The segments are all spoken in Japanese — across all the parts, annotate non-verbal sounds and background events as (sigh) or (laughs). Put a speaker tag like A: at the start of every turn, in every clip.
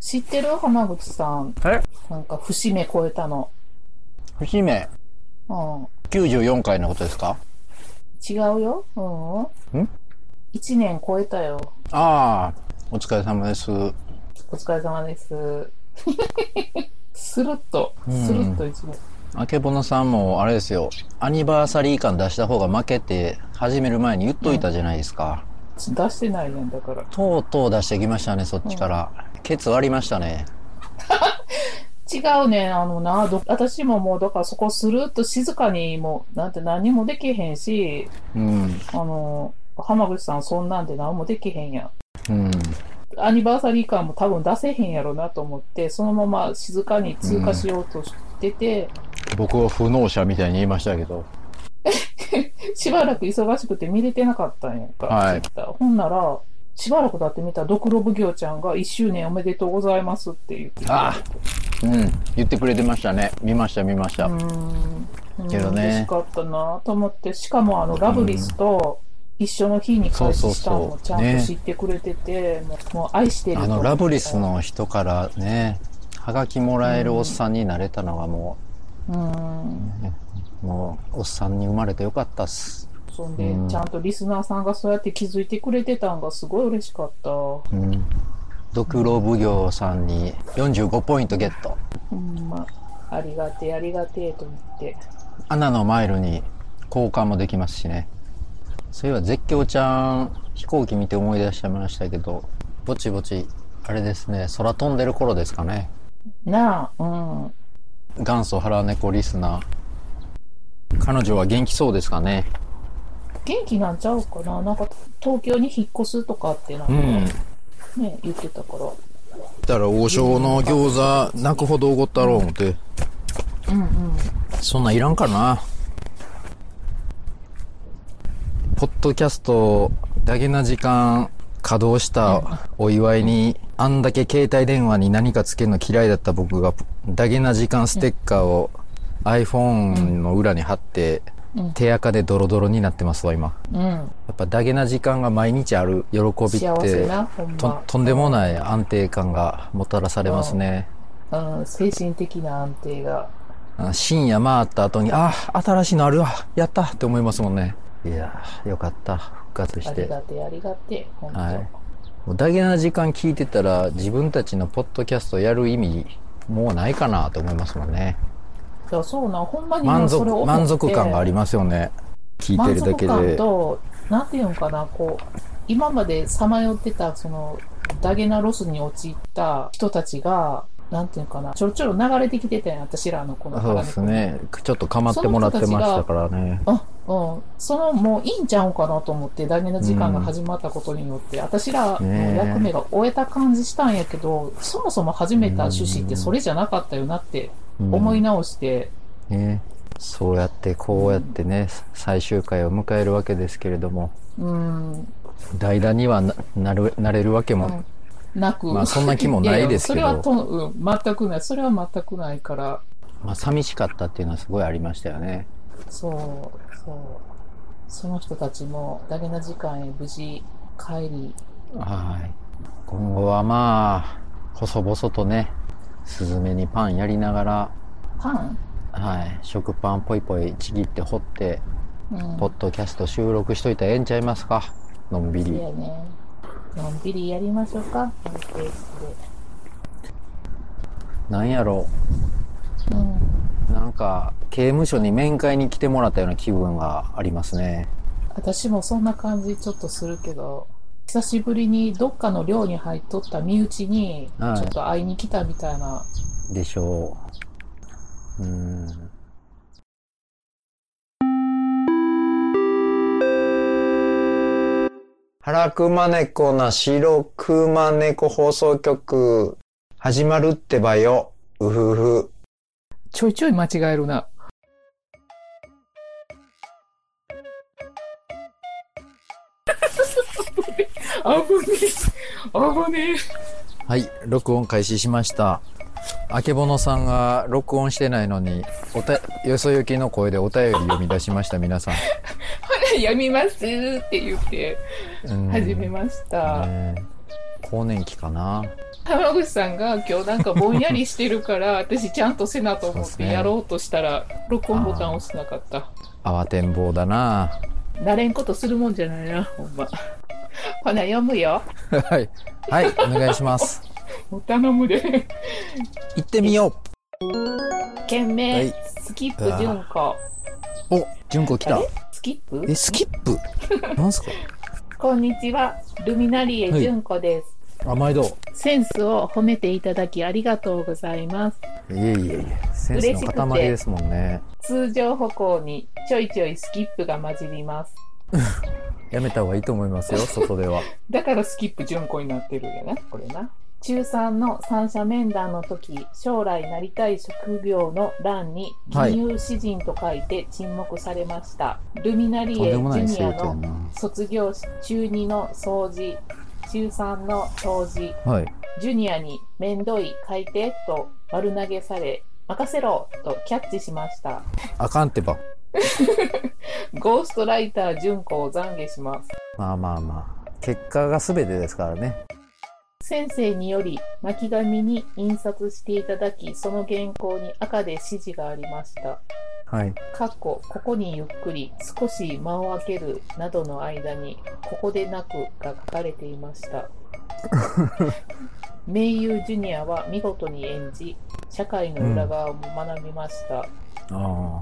A: 知ってる浜口さん。
B: え
A: なんか、節目超えたの。
B: 節目、
A: うん。
B: 94回のことですか
A: 違うよ。うん。
B: ん
A: 一年超えたよ。
B: ああ、お疲れ様です。
A: お疲れ様です。 (laughs) スルッと、
B: ん
A: スルッと一年。
B: あけぼのさんも、あれですよ、アニバーサリー感出した方が負けて、始める前に言っといたじゃないですか。
A: 出してないねんだから。
B: とうとう出してきましたね、そっちから。ケツ割りましたね。
A: 違うねんあのな、ど私ももう、だからそこスルッと静かにもう、なんて何もできへんし、
B: うん、
A: あの、浜口さんそんなんで何もできへんやん。
B: うん、
A: アニバーサリー感も多分出せへんやろなと思って、そのまま静かに通過しようとしてて、
B: 僕は不能者みたいに言いましたけど。
A: しばらく忙しくて見れてなかったんやんか、
B: はい
A: Twitter ほんなら、しばらくだって見たらドクロ奉行ちゃんが1周年おめでとうございますって言って
B: あうん、言ってくれてましたね。見ました、見ました。
A: うーん。
B: けどね
A: うん嬉しかったなと思って、しかもあの、ラブリスと一緒の日に開始したの
B: そうそうそう
A: もちゃんと知ってくれてて、もうもう愛してると
B: あ
A: 思っ
B: の、
A: て
B: ラブリス、の人からね、はがきもらえるおっさんになれたのがも
A: うん。
B: う、もう、おっさんに生まれてよかったっす。
A: そんで、
B: うん
A: ちゃんとリスナーさんがそうやって気づいてくれてたんがすごい嬉しかった。
B: うん。ドクロ奉行さんに45ポイントゲット。
A: ほんま、ありがてえ、ありがてえと思って。
B: アナのマイルに交換もできますしね。そういえば絶叫ちゃん、飛行機見て思い出してましたけど、ぼちぼち、あれですね、空飛んでる頃ですかね。
A: なあ、うん。
B: 元祖腹猫リスナー。彼女は元気そうですかね。
A: 元気なんちゃうかななんか、東京に引っ越すとかってなんか、
B: うん。
A: ね、言ってたから。
B: たら王将の餃子泣くほどおごったろう思って
A: うんうん。
B: そんなんいらんかなポッドキャストだけな時間稼働したお祝いにあんだけ携帯電話に何かつけるの嫌いだった僕がだけな時間ステッカーを iPhone の裏に貼って
A: うん
B: 手垢でドロドロになってますわ今
A: うん。
B: やっぱだけな時間が毎日ある喜びっ
A: 幸せ
B: て
A: な、ほん
B: と
A: ま。
B: とんでもない安定感がもたらされますね、
A: うん、精神的な安定が。
B: あ深夜回った後に、あ、新しいのあるわ、やったって思いますもんね。いやー、よかった。復活
A: あ
B: し
A: り
B: て。
A: がてえ、ありがてえ、ほんと。
B: はいもうダゲな時間聞いてたら、自分たちのポッドキャストやる意味、もうないかなと思いますもんね。
A: いや、そうなん、ほんまに
B: 満
A: な
B: 足
A: それ、思って
B: 満足感がありますよね。聞いてるだけ
A: 満足感
B: で。
A: と、なんていうんかな、こう、今までさまよってた、その、ダゲなロスに陥った人たちが、なんていうんかな、ちょろちょろ流れてきてたやん、私らのこの
B: そうですね。ちょっと構ってもらってましたからね。
A: うん、そのもういいんちゃうんかなと思って、大事な時間が始まったことによって、私らの役目が終えた感じしたんやけど、そもそも始めた趣旨ってそれじゃなかったよなって
B: うん
A: 思い直して、
B: ね。そうやって、こうやってね、最終回を迎えるわけですけれども、
A: うん、
B: 代打にはななるなれるわけも
A: なく、
B: まあそんな気もないですけ
A: (laughs)
B: ど
A: いやいやそれはと、うん、全くない、それは全くないから、
B: まあ、寂しかったっていうのはすごいありましたよね。
A: そう、そう、その人たちも、大事な時間へ無事帰り、
B: はい。今後はまあ、細々とね、スズメにパンやりながら、
A: パン、
B: はい、食パンぽいぽいちぎって掘って、
A: うん、
B: ポッドキャスト収録しといたらええんちゃいますかのんび
A: そう
B: り。
A: やね。のんびりやりましょうか、このペースで。
B: なんやろ
A: うん、
B: う、なんか、刑務所に面会に来てもらったような気分がありますね。
A: 私もそんな感じちょっとするけど、久しぶりにどっかの寮に入っとった身内に、ち
B: はい
A: ょっと会いに来たみたいな。
B: でしょう。うん。原熊猫な白熊猫放送局、始まるってばよ。うふふ。
A: ちょいちょい間違える
B: (laughs)
A: な。危ねえ。危ね
B: はい、録音開始しました。あけぼのさんが録音してないのに、おた、よそ行きの声でお便り読み出しました、皆さん。
A: え。やみますって言って
B: うん
A: 始めました。
B: ね更年期かな。
A: 浜口さんが今日なんかぼんやりしてるから私ちゃんとせなと思っ
B: そう
A: て
B: ですね
A: やろうとしたら録音ボタン押せなかった
B: 慌てんぼうだな。
A: なれんことするもんじゃないなほんまほな読むよ
B: はい。はい、お願いします。
A: もう頼むで
B: 行ってみよ
A: 件名、
B: はい
A: スキップ順子
B: う。お、純子来
A: あ
B: た
A: れ。スキップ
B: え、スキップなんすか
A: こんにちはルミナリエ順子です、
B: あ、毎度。
A: センスを褒めていただきありがとうございます
B: いえいえいえ。センスの塊ですもんね。
A: 通常歩行にちょいちょいスキップが混じります
B: やめた方がいいと思いますよ、
A: (laughs)
B: 外では。
A: だからスキップ順子になってるよね、これな。中3の三者面談の時、将来なりたい職業の欄に、
B: はい
A: 義乳詩人と書いて沈黙されました。ルミナリエジ
B: とんでもない
A: ュ
B: 生
A: ニ
B: 徒
A: ア
B: や
A: の
B: な。
A: 卒業式中2の掃除、中3の掃除、
B: はい。
A: ジュニアにめんどい書いてと丸投げされ、任せろとキャッチしました。
B: あかんってば。
A: ゴーストライター順子を懺悔します。
B: まあまあまあ。結果が全てですからね。
A: 先生により巻紙に印刷していただきその原稿に赤で指示がありました
B: はい。
A: 「かっこここにゆっくり少し間を空ける」などの間に「ここでなく」が書かれていました (laughs) 名優ジュニアは見事に演じ社会の裏側も学びました、
B: ああ。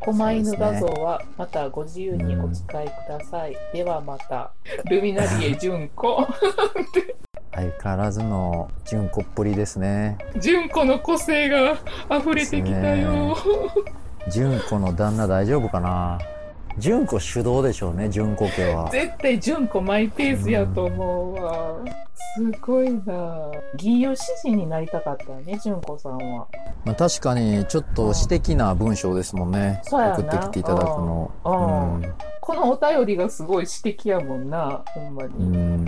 A: 狛犬画像はまたご自由にお使いください、ではまたルミナリエ純子
B: 相変わらずの純子っぷりですね。
A: 純子の個性が溢れてきたよ
B: です純子の旦那大丈夫かな純子主導でしょうね、純子家は。
A: 絶対純子マイペースやと思うわ、すごいな銀融詩人になりたかったよね純子さんは
B: まあ、確かに、ちょっと私的な文章ですもんね。
A: そうやな
B: 送ってきていただくの。
A: うんこのお便りがすごい詩的やもんなほんまに、
B: うん。うん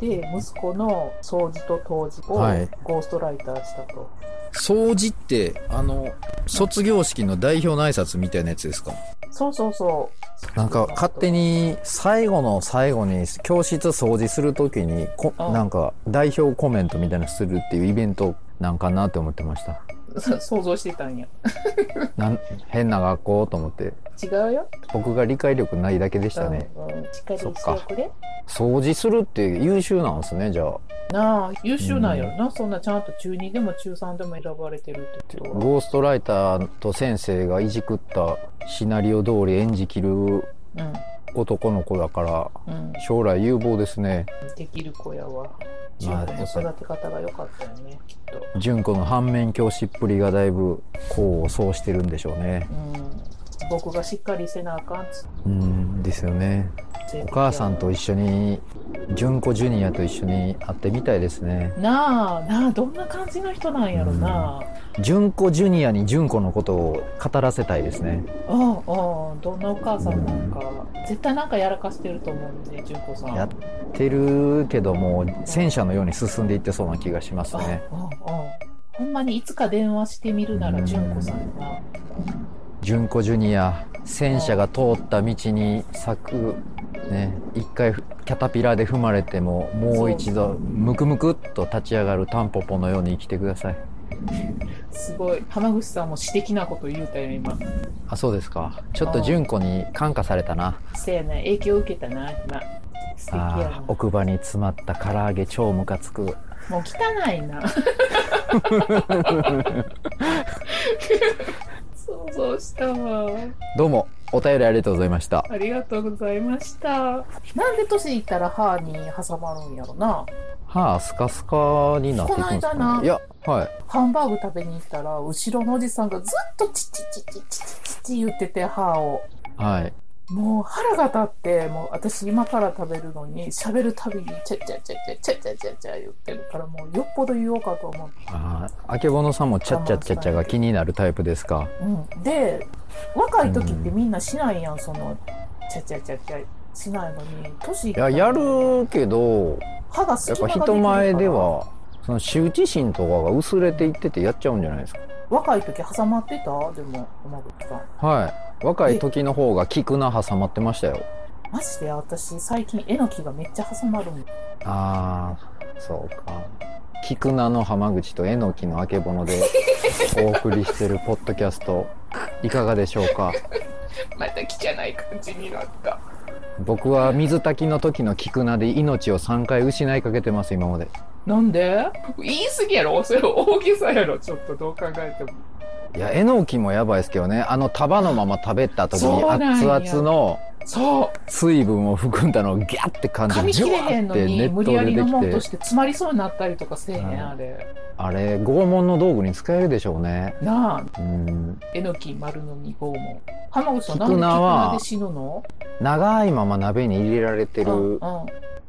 A: で息子の掃除と当時を
B: はい
A: ゴーストライターしたと、
B: 掃除って、あの、卒業式の代表の挨拶みたいなやつですか
A: そうそうそう
B: なんか勝手に最後の最後に教室掃除するときにこ
A: うん
B: なんか代表コメントみたいなのするっていうイベントなんかなって思ってました。
A: そ想像してたんや
B: なん変な学校と思って
A: 違うよ、
B: 僕が理解力ないだけでしたね。
A: うんうん、しっかり
B: そっ
A: し
B: か
A: てくれ
B: 掃除するって優秀なんですねじゃあ。
A: なあ優秀なんやろな、そんなちゃんと中2でも中3でも選ばれてるってことは
B: ゴーストライターと先生がいじくったシナリオ通り演じきる男の子だから
A: うんうん
B: 将来有望ですね。
A: できる子やわ。自
B: まあ
A: 分の育て方が良かったよね、きっと。
B: 純子の反面教師っぷりがだいぶ功を奏してるんでしょうね。
A: うん。僕がしっかりせなあかんっつっ
B: うんですよね。
A: て。
B: お母さんと一緒に純子ジュニアと一緒に会ってみたいですね
A: なあ、なあ、どんな感じの人なんやろな。
B: 純子ジュニアに純子のことを語らせたいですね
A: うん、うん、どんなお母さんなんか。絶対なんかやらかしてると思うんで、純子さん。
B: やってるけども戦車のように進んでいってそうな気がします
A: うん、うん、うん
B: ね。
A: ほんまにいつか電話してみるな
B: う
A: ら
B: ん
A: 純子さんや
B: 純子ジュニア戦車が通った道に咲くね一回キャタピラーで踏まれてももう一度ムクムクっと立ち上がるタンポポのように生きてください
A: な。すごい。浜口さんも私的なこと言うたよ、今。
B: あそうですかちょっと純子に感化されたな
A: せやな、影響受けたな、今。素敵や
B: あ
A: な
B: ー。奥歯に詰まった唐揚げ超ムカつく
A: もう汚いな。想像したわ。
B: どうも、お便りありがとうございました。
A: ありがとうございました。なんで年いったら歯に挟まるんやろな。
B: はあ、スカスカになっていくんで
A: こ
B: す
A: の間
B: か、
A: な
B: ね、いや、はい。
A: ハンバーグ食べに行ったら、後ろのおじさんがずっとチッチッチッチッチッチッチ言ってて、歯を。
B: はい。
A: もう腹が立って、もう私今から食べるのに、喋るたびにチャチャチャチャチャチャチャチャ言ってるから、もうよっぽど言おうかと思って
B: あーあけぼのさんもちゃっちゃっちゃっちゃが気になるタイプですか
A: うん、で若い時ってみんなしないやん、そのちゃちゃちゃちゃしないのに年いっ
B: い
A: た
B: や、
A: ら
B: やるけど、
A: 歯が
B: や
A: 隙間
B: っぱ
A: ができるから
B: 人前では、その羞恥心とかが薄れていっててやっちゃうんじゃないです
A: 若い時挟まってたでも山口さん
B: かはい。若い時の方が効くな挟まってましたよ。
A: マジで私最近えのきがめっちゃ挟まるもん
B: ああ、そうか。菊名の浜口とえのきのあけぼ
A: (laughs)
B: のでお送りしてるポッドキャスト、いかがでしょうか
A: また汚い感じになった。
B: 僕は水炊きの時の菊名で命を3回失いかけてます、今まで。
A: なんで言い過ぎやろそれ大げさやろちょっとどう考えても。
B: いや、えのきもやばいですけどね、あの束のまま食べた時に
A: そうなんや
B: 熱々の
A: そう
B: 水分を含んだのをギャッて感じ
A: 噛み切れへんの
B: ジ
A: に
B: ュワ
A: 無
B: ッ
A: 理やりのもん
B: て
A: として詰まりそうになったりとかせえへ
B: うん
A: んあれ
B: あれ、拷問の道具に使えるでしょうね。
A: なあ
B: うん。
A: えのき丸の2号も浜口さんなんで
B: 菊
A: 菊
B: 名は
A: 名で死ぬの
B: 長いまま鍋に入れられて
A: うんう
B: る
A: ん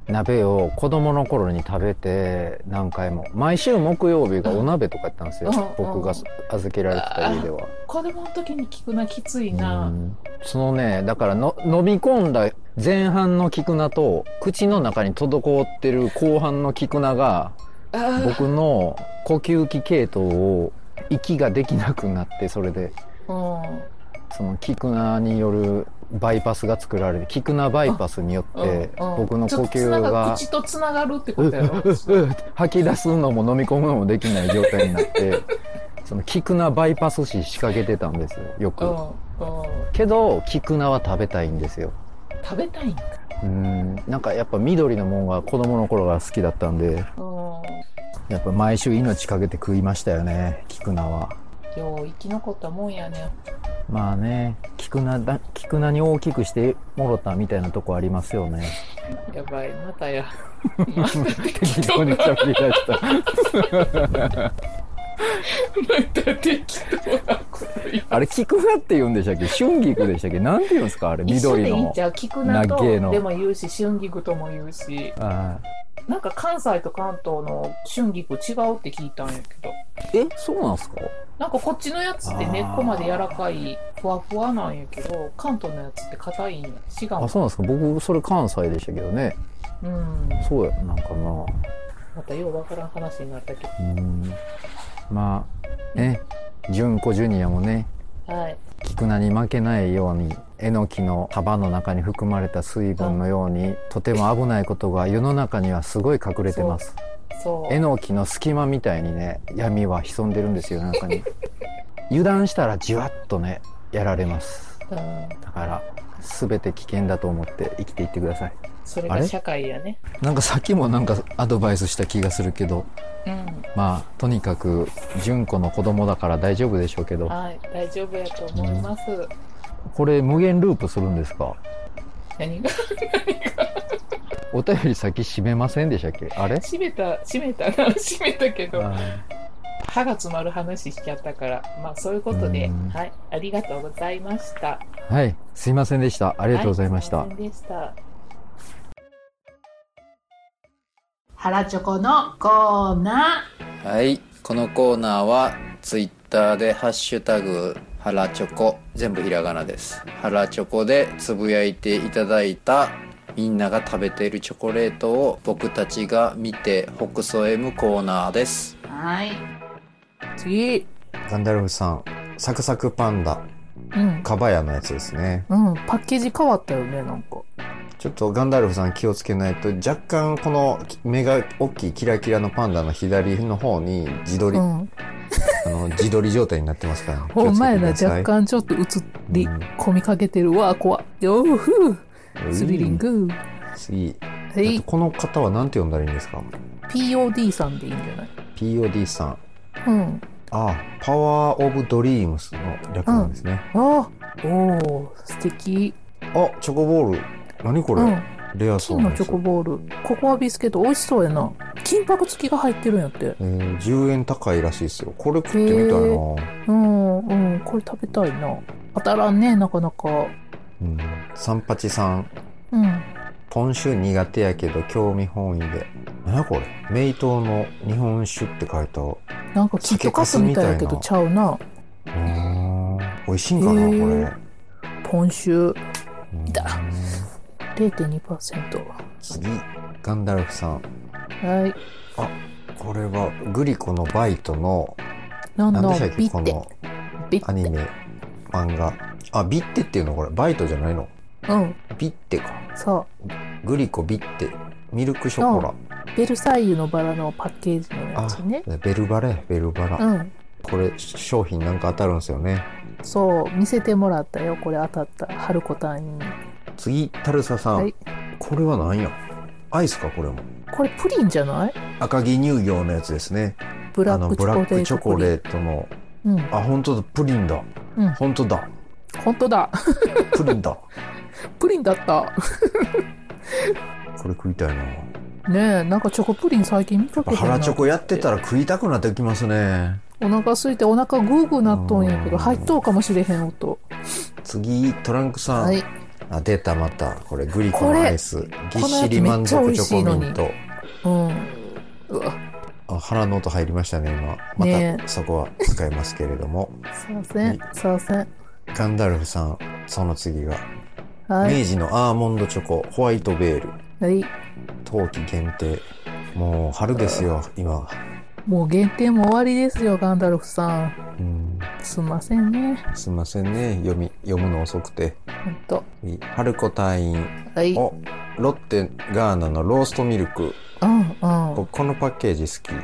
B: 鍋を子供の頃に食べて何回も。毎週木曜日がお鍋とかやったんですよ
A: うん。
B: 僕が預けられてた家では。
A: 子供の時に菊名きついうな、
B: んそのね、だからの飲み込んだ前半の菊菜と口の中に滞ってる後半の菊菜が
A: ああ
B: 僕の呼吸器系統を息ができなくなってそれで
A: うん
B: その菊菜によるバイパスが作られて菊菜バイパスによっ
A: うん
B: て僕の
A: ち
B: 呼
A: ょっと
B: 吸
A: つなが
B: が
A: 口とつながるって
B: う
A: こ
B: うう
A: とや
B: (laughs)
A: ろ
B: う吐き出すのも飲み込むのもできない状態になってその菊菜バイパス死仕掛けてたんですよよ
A: う
B: く
A: んうん
B: けど菊菜は食べたいんですよ
A: 食べたいんか
B: うんなんかやっぱ緑のもんが子供の頃が好きだったんで
A: うん
B: やっぱ毎週命かけて食いましたよね菊菜は
A: よう生き残ったもんやね
B: まあね菊菜だ菊菜に大きくしてもろたみたいなとこありますよね
A: (laughs) やばいま
B: (laughs)
A: たやまた適
B: 適
A: 当
B: 当に
A: ま
B: 喋り出した
A: (laughs) た適当なこと言う
B: あれ菊菜って言うんでしたっけ春菊でしたっけなんて言うんですかあれ
A: 一緒で
B: 緑
A: いいん
B: の
A: ちゃう菊名と
B: 長えの
A: でも言うし春菊とも言うし
B: ああ
A: なんか関西と関東の春菊違うって聞いたんやけど
B: えそうなんですか
A: なんかこっちのやつって根っこまで柔らかいふわふわなんやけど関東のやつって硬いんや違う
B: あそうなんですか僕それ関西でしたけどね
A: うん
B: そうやなんかな
A: またようわからん話になったけど
B: うんまあね純子ジュニアもね
A: はい
B: 菊菜に負けないようにえのきの束の中に含まれた水分のようにとても危ないことが世の中にはすごい隠れてます
A: そう
B: えのきの隙間みたいにね闇は潜んでるんですよ世の中に油断したらじわっとねやられます
A: うん、
B: だから全て危険だと思って生きていってください
A: それ
B: あ
A: が
B: れ
A: 社会やね
B: なんかさっきもなんかアドバイスした気がするけど
A: うん
B: まあとにかく純子の子供だから大丈夫でしょうけど
A: はい大丈夫やと思います、
B: これ無限ループするんですか
A: 何が
B: お便り先閉めませんでしたっけあれ
A: (laughs) 閉めた閉めたな (laughs) 閉めたけど歯が詰まる話しちゃったからまあそういうことで
B: うん
A: はいありがとうございました
B: はい、すいませんでした。あ
A: あ
B: りがとうございました。
A: ハラチョコのコーナ
B: はい、このコーナーはツイッターでハッシュタグハラチョコ全部ひらがなです。ハラチョコでつぶやいていただいたみんなが食べているチョコレートを僕たちが見て北総 M コーナーです。
A: ー。はい。次。
C: ガンダルフさん、サクサクパンダ、
A: うん。
C: カバヤのやつですね。
A: うん。パッケージ変わったよね、なんか。
C: ちょっとガンダルフさん気をつけないと、若干この目が大きいキラキラのパンダの左の方に自撮り、
A: う
C: あ
A: ん。
C: の、自撮り状態になってますから、ね、
A: ほんまや
C: 気を
A: な、
C: つけてく
A: 若
C: ださい
A: 干ちょっと映り
C: うん
A: 込みかけてるわ、怖っ。よーふー。スリリン。グ。
C: うん次。
A: は
C: あ
A: い
C: と。この方は何て呼んだらいいんですか
A: POD さんでいいんじゃない
C: ?POD さん。
A: うん。
C: ああ、パワーオブドリームスの略なんですね。
A: あおー、素敵。
C: あ、チョコボール。何これ、
A: うん。
C: レアそうな
A: 金の
C: や
A: チ
C: つ
A: ョコボール。ココアビスケット、美味しそうやな。金箔付きが入ってるんやって。
C: えー、10円高いらしいですよ。これ食ってみたい
A: へ
C: な、
A: うん、うん、これ食べたいな。当たらんね、なかなか。
C: うん。三八さん、
A: うん。
C: 今週苦手やけど興味本位で。なやこれ名刀の日本酒って書いた。う
A: なんかキットカットみたいやけどちゃうな。
C: ーん。美味しいんかな、
A: へ
C: こ
A: ー
C: れ。
A: ポンシュ
C: うーん
A: だ0.2%。
C: 次、ガンダルフさん。
A: はい。
C: これは、グリコのバイトの、
A: なん
C: 何
A: だ
C: でしたっ、け
A: ビ
C: こ
A: ッて。
C: の
A: ビッ
C: アニ
A: て。
C: メ、漫画。あ、ビッテっていうのこれ。バイトじゃないの
A: うん。
C: ビッテか。
A: そ
C: グリコビッテ。ミルクショコラ。
A: う。ビベルサイユのバラのパッケージのやつね。
B: ベルバラやベルバラ、
A: うん。
B: これ商品なんか当たるんですよね
A: そう、見せてもらったよ。これ当たった。春子隊員に。
B: 次タルサさん、
A: はい
B: これは何やアイスかこれも
A: これプリンじゃない
B: 赤城乳業のやつですね
A: ブ
B: あ
A: ラッ
B: の
A: クチ
B: ブラ
A: ョ
B: ッ
A: コレ
B: ク
A: ー
B: チョ
A: ト
B: コ
A: プリン
B: レートの
A: うん。
B: あ本当だプリンだ、
A: うん
B: 本当だ
A: 本当だ。 (laughs)
B: プリンだ
A: プリンだった。
B: これ食いたいなや
A: ねえ、なんかチョコプリン最近見か
B: っぱ
A: けてな
B: 腹
A: い
B: チョコやってたら食いたくなってきますね
A: お腹空いてお腹グーグーなっとんやけ
B: う
A: ど、
B: ん
A: 入っとうかもしれへん音。
B: 次トランクさん、
A: はい。
B: あ出たまたこれグリコ
A: こ
B: の
A: れ
B: アイスぎっしり満足チョコミント
A: うん。うわ、
B: あ腹の音入りましたね今
A: ね
B: またそこは使いますけれども、
A: すいません。すいません。
B: ガンダルフさんその次が、
A: はい。
B: 明治のアーモンドチョコホワイトベール
A: はい。
B: 冬季限定もう春ですよ今
A: もう限定も終わりですよ、ガンダルフさん。
B: うん
A: すいませんね。
B: すいませんね読み読むの遅くて
A: ほんと。
B: 春子隊員
A: はい。うん、
B: おロッテガーナのローストミルク
A: うん。
B: 僕このパッケージ好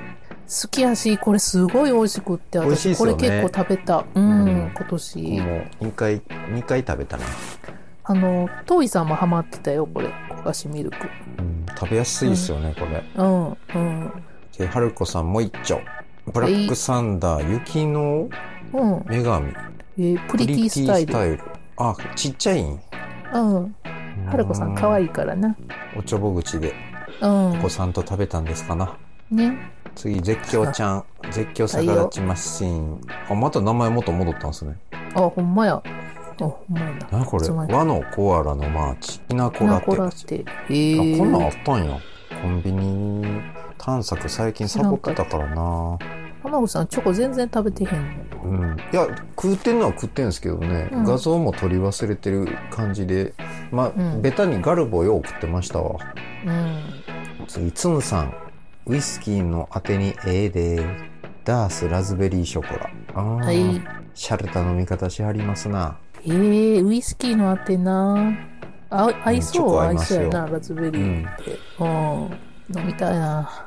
B: き
A: 好きやし、これすごい美味しくって、
B: 美味しいっす
A: こ
B: よね
A: れ結構食べた。う
B: うん
A: ん、今
B: もう
A: 年。
B: 2回二回食べたな、
A: あの、トイさんもハマってたよ、これ。焦がしミルク。
B: うん、食べやすいですよね、これ
A: うん、うん。
B: で春子さんもう一丁ブラックサンダー雪の
A: うん。
B: 女神
A: えープリティスタイル。
B: あちっちゃいん
A: うん。はるこさん可愛
B: い
A: いからな。
B: おちょぼ口で
A: う
B: お子さんと食べたんですかな、
A: ん。ね。
B: 次絶叫ちゃん絶叫逆立ちマシーンあまた名前元戻ったんですね
A: あ、ほんまや。あ、ほんまやな。
B: なこれ
A: つまり
B: 和のコアラのマーチきなこラ
A: ナ
B: テ
A: コラ
B: あ
A: って。え
B: こんなん
A: ー
B: あっ。たんやコンビニ探索最近サボってたからな
A: 浜口さん、チョコ全然食べてへんの。
B: うん、いや食うてんのは食ってんですけどね、
A: うん
B: 画像も撮り忘れてる感じでまあ、
A: うん
B: ベタにガルボよう食ってましたわ
A: うん。
B: 次ツンさんウイスキーのあてにええでダースラズベリーショコラあー、
A: はい。
B: シャレた飲み方しはりますな
A: えー、ウイスキーのあてな。あ、合い
B: うんチョ
A: そう、
B: コ合
A: 合
B: い
A: い
B: ます
A: そ
B: よ
A: うやな、ラズベリーって。うん。飲みたいな。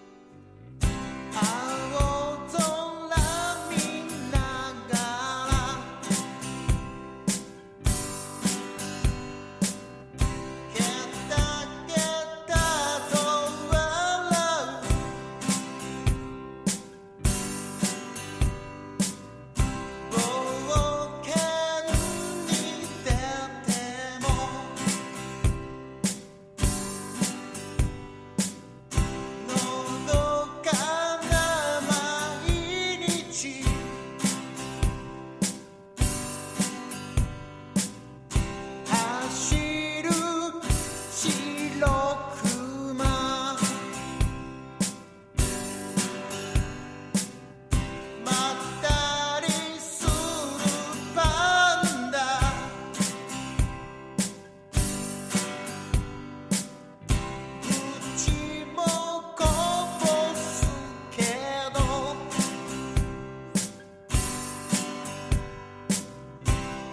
D: 青空見ながら」「けたけたと笑う」「冒険に出ても」のどかな毎日走る白熊まったりするパンダ口もこぼすけど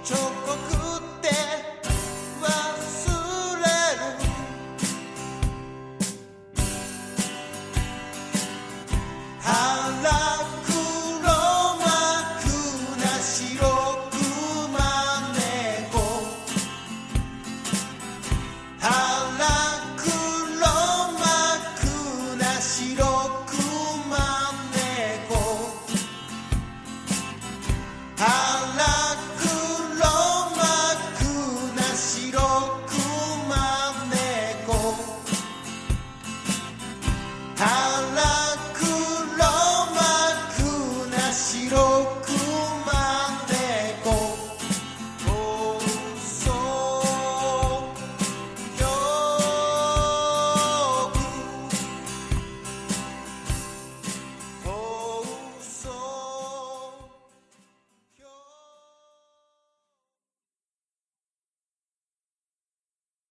D: チョコ食って忘れる腹黒幕な白熊猫「はらくろまくなしろくまねこ」「はら Oh,